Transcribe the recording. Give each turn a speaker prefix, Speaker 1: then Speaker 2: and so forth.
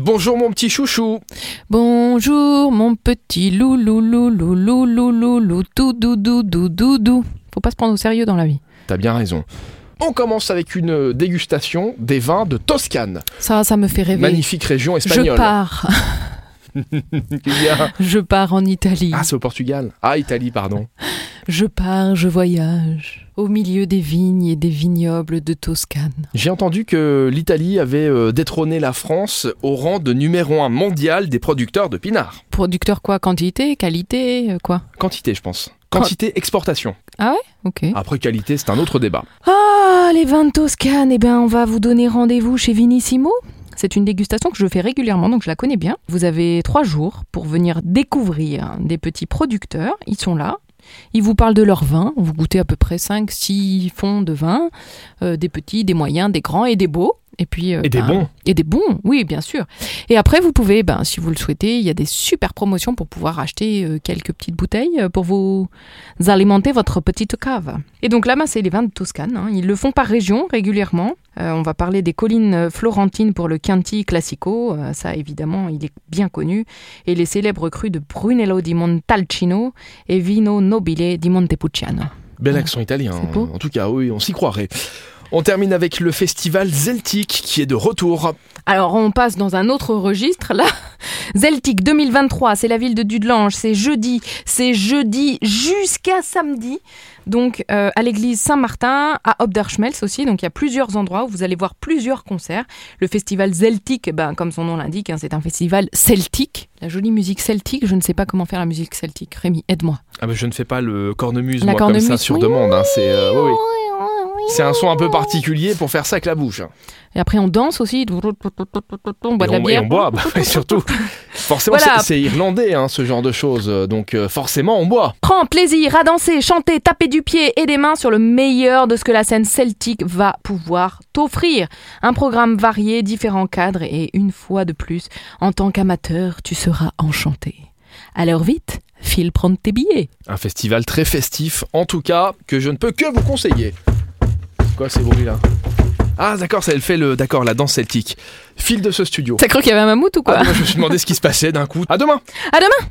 Speaker 1: Bonjour mon petit chouchou.
Speaker 2: Bonjour mon petit loulou loulou loulou loulou tout doudou doudou doudou. Faut pas se prendre au sérieux dans la vie.
Speaker 1: T'as bien raison. On commence avec une dégustation des vins de Toscane,
Speaker 2: Ça, ça me fait rêver.
Speaker 1: magnifique région
Speaker 2: Eh Je
Speaker 1: espagnole.
Speaker 2: pars,
Speaker 1: Il y a-
Speaker 2: je pars en Italie.
Speaker 1: Ah, c'est au Portugal. Ah, Italie, pardon.
Speaker 2: Je pars, je voyage au milieu des vignes et des vignobles de Toscane.
Speaker 1: J'ai entendu que l'Italie avait euh, détrôné la France au rang de numéro un mondial des producteurs de pinard.
Speaker 2: Producteur quoi Quantité, qualité, euh, quoi
Speaker 1: Quantité, je pense. Quantité, exportation.
Speaker 2: Ok.
Speaker 1: Après qualité, c'est un autre débat.
Speaker 2: Ah, les vins de Toscane, eh ben on va vous donner rendez-vous chez Vinissimo. C'est une dégustation que je fais régulièrement, donc je la connais bien. Vous avez trois jours pour venir découvrir des petits producteurs. Ils sont là. Ils vous parlent de leur vin. Vous goûtez à peu près 5-6 fonds de vin. euh, des petits, des moyens, des grands et des beaux. Et puis euh,
Speaker 1: Et des
Speaker 2: ben,
Speaker 1: bons.
Speaker 2: et des bons, oui, bien sûr. Et après, vous pouvez, ben, si vous le souhaitez, il y a des super promotions pour pouvoir acheter euh, quelques petites bouteilles euh, pour vous alimenter votre petite cave. Et donc là, ben, c'est les vins de Toscane. hein. Ils le font par région régulièrement. Euh, on va parler des collines euh, florentines pour le Chianti Classico. Euh, ça, évidemment, il est bien connu. Et les célèbres crus de Brunello di Montalcino et Vino Nobile di Montepulciano.
Speaker 1: Bel accent italien.
Speaker 2: Ah.
Speaker 1: hein.
Speaker 2: C'est beau.
Speaker 1: En tout cas, oui, on s'y croirait. On termine avec le festival Celtic qui est de retour.
Speaker 2: Alors on passe dans un autre registre là. Celtic 2023, c'est la ville de Dudelange, c'est jeudi, c'est jeudi jusqu'à samedi. Donc euh, à l'église Saint-Martin, à Obderschmelz aussi, donc il y a plusieurs endroits où vous allez voir plusieurs concerts. Le festival Celtic, ben, comme son nom l'indique, hein, c'est un festival celtique. La jolie musique celtique, je ne sais pas comment faire la musique celtique. Rémi, aide-moi.
Speaker 1: Ah ben je ne fais pas le cornemuse,
Speaker 2: La
Speaker 1: moi,
Speaker 2: cornemuse,
Speaker 1: comme ça, sur
Speaker 2: oui.
Speaker 1: demande. hein. C'est euh, oui, oui. C'est un son un peu particulier pour faire ça avec la bouche.
Speaker 2: Et après on danse aussi, on boit
Speaker 1: et,
Speaker 2: de la
Speaker 1: on, et
Speaker 2: bière.
Speaker 1: on boit, bah, et surtout. Forcément,
Speaker 2: Voilà.
Speaker 1: c'est- c'est irlandais, hein, ce genre de choses. Donc euh, forcément, on boit.
Speaker 2: Prends plaisir à danser, chanter, taper du pied et des mains sur le meilleur de ce que la scène celtique va pouvoir t'offrir. Un programme varié, différents cadres et une fois de plus, en tant qu'amateur, tu seras enchanté. Alors vite, file prendre tes billets.
Speaker 1: Un festival très festif, en tout cas, que je ne peux que vous conseiller. Quoi ces bruits-là Ah d'accord, ça elle fait le d'accord la danse celtique. Fil de ce studio.
Speaker 2: T'as cru qu'il y avait un mammouth ou quoi
Speaker 1: Ah, moi, je me suis demandé ce qui se passait d'un coup. À demain
Speaker 2: À demain